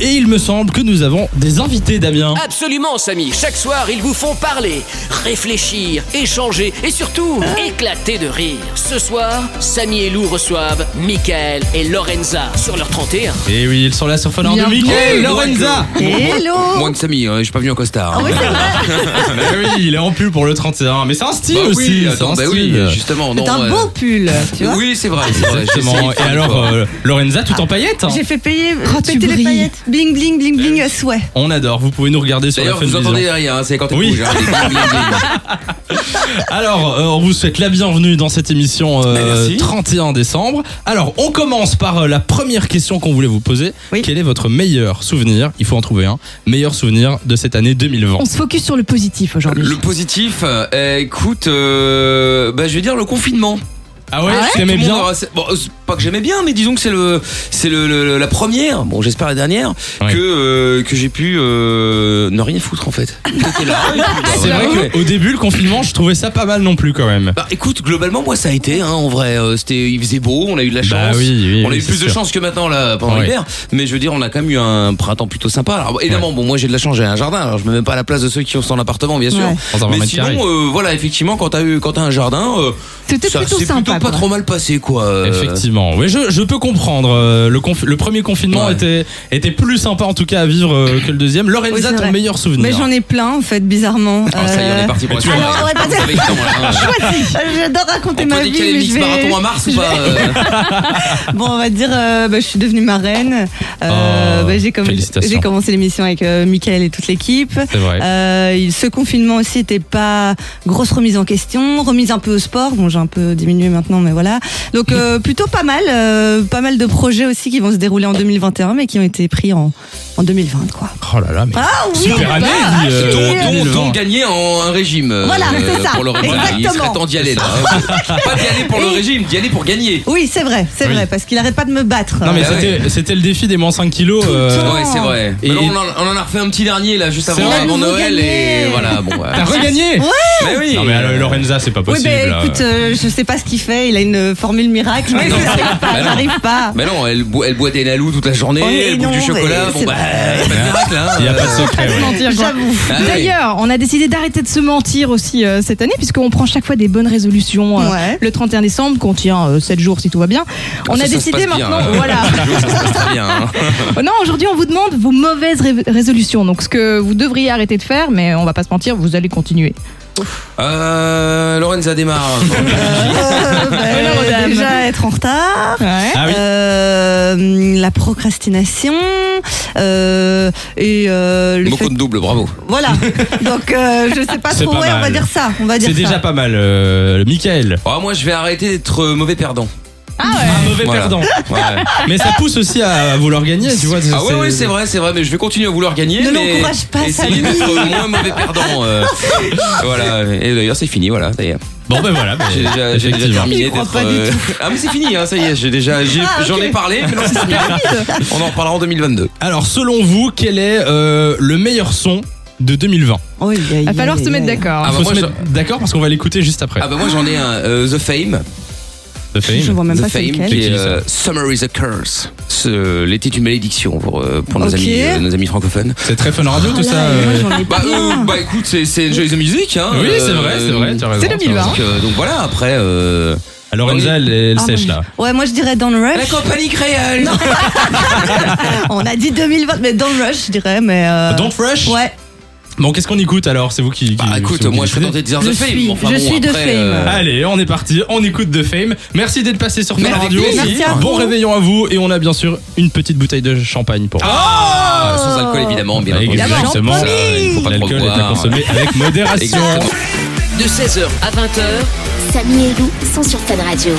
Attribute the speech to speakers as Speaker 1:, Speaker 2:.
Speaker 1: Et il me semble que nous avons des invités,
Speaker 2: Ah.
Speaker 1: Damien.
Speaker 3: Absolument, Samy. Chaque soir, ils vous font parler, réfléchir, échanger et surtout éclater de rire. Ce soir, Samy et Lou reçoivent Michael et Lorenza sur leur 31.
Speaker 1: Et Eh oui, ils sont là sur Fun de
Speaker 4: Bien.
Speaker 1: Michael,
Speaker 2: Eh,
Speaker 3: Hey,
Speaker 1: Lorenza.
Speaker 4: Hello
Speaker 2: Moins que Samy, euh, je suis pas venu en costard.
Speaker 4: oui, c'est vrai.
Speaker 1: Ah bah oui, il est en pub pour le 31. Mais c'est un style
Speaker 2: Bah oui,
Speaker 1: aussi. c'est
Speaker 2: attends,
Speaker 1: un
Speaker 2: bah oui,
Speaker 1: style.
Speaker 2: justement.
Speaker 4: C'est
Speaker 2: non,
Speaker 4: un
Speaker 2: euh,
Speaker 4: beau pull, tu vois
Speaker 2: Oui, c'est vrai, c'est vrai. j'essaye
Speaker 1: Exactement.
Speaker 2: de
Speaker 1: Et
Speaker 2: faire
Speaker 1: alors,
Speaker 2: l'effort.
Speaker 1: euh, Lorenza,
Speaker 2: Ah,
Speaker 1: tout en paillettes. hein.
Speaker 4: J'ai fait payer,
Speaker 5: Ah, tu
Speaker 4: péter les
Speaker 5: brilles.
Speaker 4: paillettes. Bling bling bling
Speaker 2: Euh,
Speaker 4: bling, souhait.
Speaker 1: On adore. Vous pouvez nous regarder sur la
Speaker 2: D'ailleurs,
Speaker 1: Fun
Speaker 2: vous
Speaker 1: Vision.
Speaker 2: entendez derrière, hein, c'est quand elle
Speaker 1: Oui.
Speaker 2: bouge. hein, les bling, bling, bling.
Speaker 1: Alors, euh, on vous souhaite la bienvenue dans cette émission euh,
Speaker 2: Bah, merci.
Speaker 1: 31 décembre. Alors, on commence par euh, la première question qu'on voulait vous poser.
Speaker 4: Oui.
Speaker 1: Quel est votre meilleur souvenir Il faut en trouver un. Meilleur souvenir de cette année 2020.
Speaker 5: On se focus sur le positif aujourd'hui.
Speaker 2: Le positif, euh, écoute, euh, bah, je vais dire le confinement.
Speaker 1: Ah ouais,
Speaker 5: Ah ouais
Speaker 1: tu t'aimais
Speaker 2: Tout le
Speaker 1: bien
Speaker 2: monde aura- c'est- bon, euh, c'est pas que j'aimais bien, mais disons que c'est le, c'est le, le- la première. Bon, j'espère la dernière
Speaker 1: Ouais.
Speaker 2: que euh, que j'ai pu euh, ne rien foutre en fait. T'étais là,
Speaker 1: hein,
Speaker 2: et puis, bah,
Speaker 1: C'est
Speaker 2: voilà, ouais.
Speaker 1: vrai qu'au début, le confinement, je trouvais ça pas mal non plus quand même.
Speaker 2: Bah écoute, globalement moi ça a été hein, en vrai, euh, c'était il faisait beau, on a eu de la
Speaker 1: Bah
Speaker 2: chance.
Speaker 1: oui, oui,
Speaker 2: on a
Speaker 1: oui,
Speaker 2: eu
Speaker 1: c'est
Speaker 2: plus de
Speaker 1: sûr.
Speaker 2: chance que maintenant là pendant
Speaker 1: Ouais.
Speaker 2: l'hiver, mais je veux dire on a quand même eu un printemps plutôt sympa. Alors évidemment, bon moi j'ai de la chance, j'ai un jardin, alors je me mets pas à la place de ceux qui ont son appartement bien sûr.
Speaker 4: Ouais.
Speaker 1: Dans un
Speaker 2: Mais
Speaker 1: mètre carré.
Speaker 2: sinon euh, voilà, effectivement quand t'as eu quand t'as un jardin, euh,
Speaker 5: C'était
Speaker 2: ça
Speaker 5: plutôt
Speaker 2: c'est
Speaker 5: sympa.
Speaker 2: plutôt pas
Speaker 5: quoi.
Speaker 2: trop mal passé quoi. euh.
Speaker 1: Effectivement, oui, je, je peux comprendre. euh, Le, conf- le premier confinement
Speaker 2: Ouais.
Speaker 1: était, était plus sympa en tout cas à vivre euh, que le deuxième.
Speaker 4: Oui,
Speaker 1: Lorenza,
Speaker 4: c'est
Speaker 1: ton
Speaker 4: vrai.
Speaker 1: meilleur souvenir
Speaker 4: Mais Bah, j'en ai plein en fait, bizarrement.
Speaker 2: Ah, ça y est, on est parti pour la
Speaker 1: tu
Speaker 2: soirée.
Speaker 4: Euh, Alors, on va pas dire-
Speaker 2: Vous savez, évidemment, là, hein.
Speaker 4: J'adore
Speaker 2: On
Speaker 4: raconter
Speaker 2: peut
Speaker 4: ma vie.
Speaker 2: décaler le
Speaker 4: mais
Speaker 2: mix
Speaker 4: je vais-
Speaker 2: marathon à mars ou pas euh
Speaker 4: Bon, on va dire, euh, bah, je suis devenue marraine. Euh,
Speaker 1: Oh,
Speaker 4: bah, j'ai, comm-
Speaker 1: félicitations.
Speaker 4: j'ai commencé l'émission avec euh, Michael et toute l'équipe.
Speaker 1: C'est vrai.
Speaker 4: Euh, il- ce confinement aussi était pas grosse remise en question, remise un peu au sport. Bon, j'ai un peu diminué maintenant, mais voilà. Donc
Speaker 2: Mm.
Speaker 4: euh, plutôt pas mal, euh, pas mal de projets aussi qui vont se dérouler en 2021, mais qui ont été pris en, en 2020, quoi.
Speaker 1: Oh là là, mais
Speaker 4: Ah oui,
Speaker 1: super année. dis, euh,
Speaker 2: Dont, dont,
Speaker 1: 2020.
Speaker 2: dont gagner en un régime. euh,
Speaker 4: Voilà, c'est ça,
Speaker 2: Pour le régime. Il
Speaker 4: exactement.
Speaker 2: serait temps d'y aller là. Pas d'y aller pour le régime, d'y aller pour gagner.
Speaker 4: Oui, c'est vrai, c'est
Speaker 1: Oui.
Speaker 4: vrai, parce qu'il arrête pas de me battre.
Speaker 1: Non mais
Speaker 2: Ah ouais.
Speaker 1: c'était c'était le défi des moins 5 kilos. euh,
Speaker 4: temps.
Speaker 2: Ouais, c'est vrai.
Speaker 1: Et-
Speaker 2: Mais là, on, en, on en a refait un petit dernier là, juste
Speaker 1: C'est
Speaker 2: avant,
Speaker 1: vrai.
Speaker 2: avant
Speaker 4: Ils nous ont
Speaker 2: Noël
Speaker 4: gagné.
Speaker 2: et voilà. Bon, ouais.
Speaker 1: T'as regagné
Speaker 2: Mais oui.
Speaker 1: Non mais alors, Lorenza, c'est pas
Speaker 4: Ah, oui,
Speaker 1: possible.
Speaker 4: ben
Speaker 1: là.
Speaker 4: écoute, euh, je sais pas ce qu'il fait, il a une euh, formule miracle,
Speaker 1: Ah,
Speaker 4: mais
Speaker 2: non.
Speaker 4: je sais
Speaker 2: Bah
Speaker 4: pas,
Speaker 2: non.
Speaker 4: j'arrive pas.
Speaker 2: Mais non, elle, bo- elle boit des lalous toute la journée,
Speaker 4: Oh, mais
Speaker 2: elle boit
Speaker 4: non,
Speaker 2: du
Speaker 4: mais
Speaker 2: chocolat. Bon
Speaker 4: c'est
Speaker 2: bah,
Speaker 4: vrai.
Speaker 2: pas de miracle hein.
Speaker 4: euh,
Speaker 1: Il y a pas de secret. ouais.
Speaker 5: Mentir, quoi.
Speaker 4: J'avoue.
Speaker 2: Ah ouais.
Speaker 5: D'ailleurs, on a décidé d'arrêter de se mentir aussi euh, cette année, puisqu'on prend chaque fois des bonnes résolutions. euh,
Speaker 4: Ouais.
Speaker 5: Le 31 décembre, qu'on tient 7 jours si tout va bien. On
Speaker 2: Ça,
Speaker 5: a
Speaker 2: ça se
Speaker 5: décidé
Speaker 2: passe bien,
Speaker 5: maintenant.
Speaker 2: hein.
Speaker 5: Voilà.
Speaker 2: Ça se passe très bien. hein.
Speaker 5: non, aujourd'hui, on vous demande vos mauvaises ré- résolutions. Donc, ce que vous devriez arrêter de faire, mais on va pas se mentir, vous allez continuer.
Speaker 2: Euh, Lorenza démarre.
Speaker 1: Ah
Speaker 4: Euh, ben,
Speaker 5: Honneur aux dames.
Speaker 4: déjà être en retard.
Speaker 5: Ouais.
Speaker 1: Ah oui.
Speaker 4: Euh, la procrastination euh, et euh, le
Speaker 2: Beaucoup
Speaker 4: fait-
Speaker 2: de double, bravo.
Speaker 4: voilà donc euh, je sais pas
Speaker 1: C'est
Speaker 4: trop
Speaker 1: pas
Speaker 4: ouais on
Speaker 1: mal.
Speaker 4: va dire ça on va dire
Speaker 1: C'est
Speaker 4: ça
Speaker 1: déjà pas mal, euh, Michael.
Speaker 2: Oh, moi, je vais arrêter d'être euh, mauvais perdant.
Speaker 4: Ah
Speaker 1: Un mauvais
Speaker 2: Voilà.
Speaker 1: perdant.
Speaker 2: Ouais.
Speaker 1: Mais ça pousse aussi à vouloir gagner, tu vois.
Speaker 2: Ah ouais, ouais, c'est vrai, c'est vrai, mais je vais continuer à vouloir gagner.
Speaker 4: Ne
Speaker 2: mais
Speaker 4: l'encourage pas,
Speaker 2: Essayer
Speaker 4: Samy.
Speaker 2: d'être moins mauvais perdant. euh, voilà. Et d'ailleurs, c'est fini, voilà. ça y est.
Speaker 1: Bon ben voilà.
Speaker 2: J'ai
Speaker 1: mais-
Speaker 2: déjà, j'ai déjà
Speaker 1: effectivement.
Speaker 2: terminé
Speaker 4: J'y crois
Speaker 2: d'être.
Speaker 4: pas du
Speaker 2: Ah, mais c'est fini, hein, ça y est, j'ai déjà, j'ai-
Speaker 4: Ah, ok.
Speaker 2: j'en ai parlé, mais non, c'est fini. On en reparlera en 2022.
Speaker 1: Alors selon vous, quel est euh, le meilleur son de 2020
Speaker 4: Oh, aïe, aïe,
Speaker 5: Il va falloir
Speaker 4: aïe,
Speaker 5: se mettre
Speaker 4: aïe.
Speaker 5: d'accord.
Speaker 2: Ah
Speaker 1: Faut
Speaker 2: bah,
Speaker 1: se
Speaker 2: moi,
Speaker 1: mettre d'accord parce qu'on va l'écouter juste après.
Speaker 2: Ah bah, moi, j'en ai un, euh, The Fame.
Speaker 1: The Fame.
Speaker 4: je vois même
Speaker 2: The
Speaker 4: pas c'est
Speaker 2: Fame,
Speaker 4: lequel
Speaker 2: qui
Speaker 1: C'est
Speaker 2: est
Speaker 1: qui, ça
Speaker 2: euh, Summer is a Curse. Ce- L'été est une malédiction pour, euh, pour nos,
Speaker 4: Ok.
Speaker 2: amis, euh, nos amis francophones.
Speaker 1: C'est très fun radio
Speaker 4: Oh
Speaker 1: tout ça.
Speaker 4: là, et moi,
Speaker 1: euh.
Speaker 4: j'en ai
Speaker 2: Bah, euh,
Speaker 4: plein.
Speaker 2: bah écoute, c'est c'est une joyeuse musique, hein.
Speaker 1: Oui, c'est
Speaker 2: euh,
Speaker 1: vrai, c'est vrai. tu as raison,
Speaker 5: c'est
Speaker 1: tu as
Speaker 5: 2020.
Speaker 1: raison.
Speaker 2: Donc, euh, donc voilà, après. euh,
Speaker 1: Alors Lorenza, elle, elle
Speaker 4: Ah, mon
Speaker 1: sèche
Speaker 4: Dieu.
Speaker 1: là.
Speaker 4: ouais moi je dirais Don't
Speaker 2: La
Speaker 4: Rush
Speaker 2: compagnie créole
Speaker 4: on a dit 2020 mais Don't Rush je dirais mais euh,
Speaker 1: Don't Rush
Speaker 4: ouais
Speaker 1: Bon, qu'est-ce qu'on écoute alors C'est vous qui. qui-
Speaker 2: Bah écoute,
Speaker 1: c'est vous qui
Speaker 2: moi je serais
Speaker 1: décidez.
Speaker 2: tenté de dire
Speaker 4: Je
Speaker 2: The Fame.
Speaker 4: suis-
Speaker 2: mais enfin,
Speaker 4: je
Speaker 2: bon,
Speaker 4: suis The
Speaker 2: après,
Speaker 4: Fame.
Speaker 2: euh,
Speaker 1: Allez, on est parti, on écoute The Fame. Merci d'être passé sur Fun
Speaker 2: Mais avec
Speaker 1: Radio.
Speaker 2: plaisir.
Speaker 4: Merci à
Speaker 1: Bon
Speaker 4: vous.
Speaker 1: réveillon à vous et on a bien sûr une petite bouteille de champagne pour vous.
Speaker 2: Ah, sans alcool évidemment, bien entendu.
Speaker 1: Exactement.
Speaker 2: Ça, il faut pas trop
Speaker 1: L'alcool est à
Speaker 2: boire.
Speaker 1: consommer avec modération.
Speaker 2: Exactement.
Speaker 3: De 16h à 20h,
Speaker 6: Samy et Lou sont sur Fun Radio.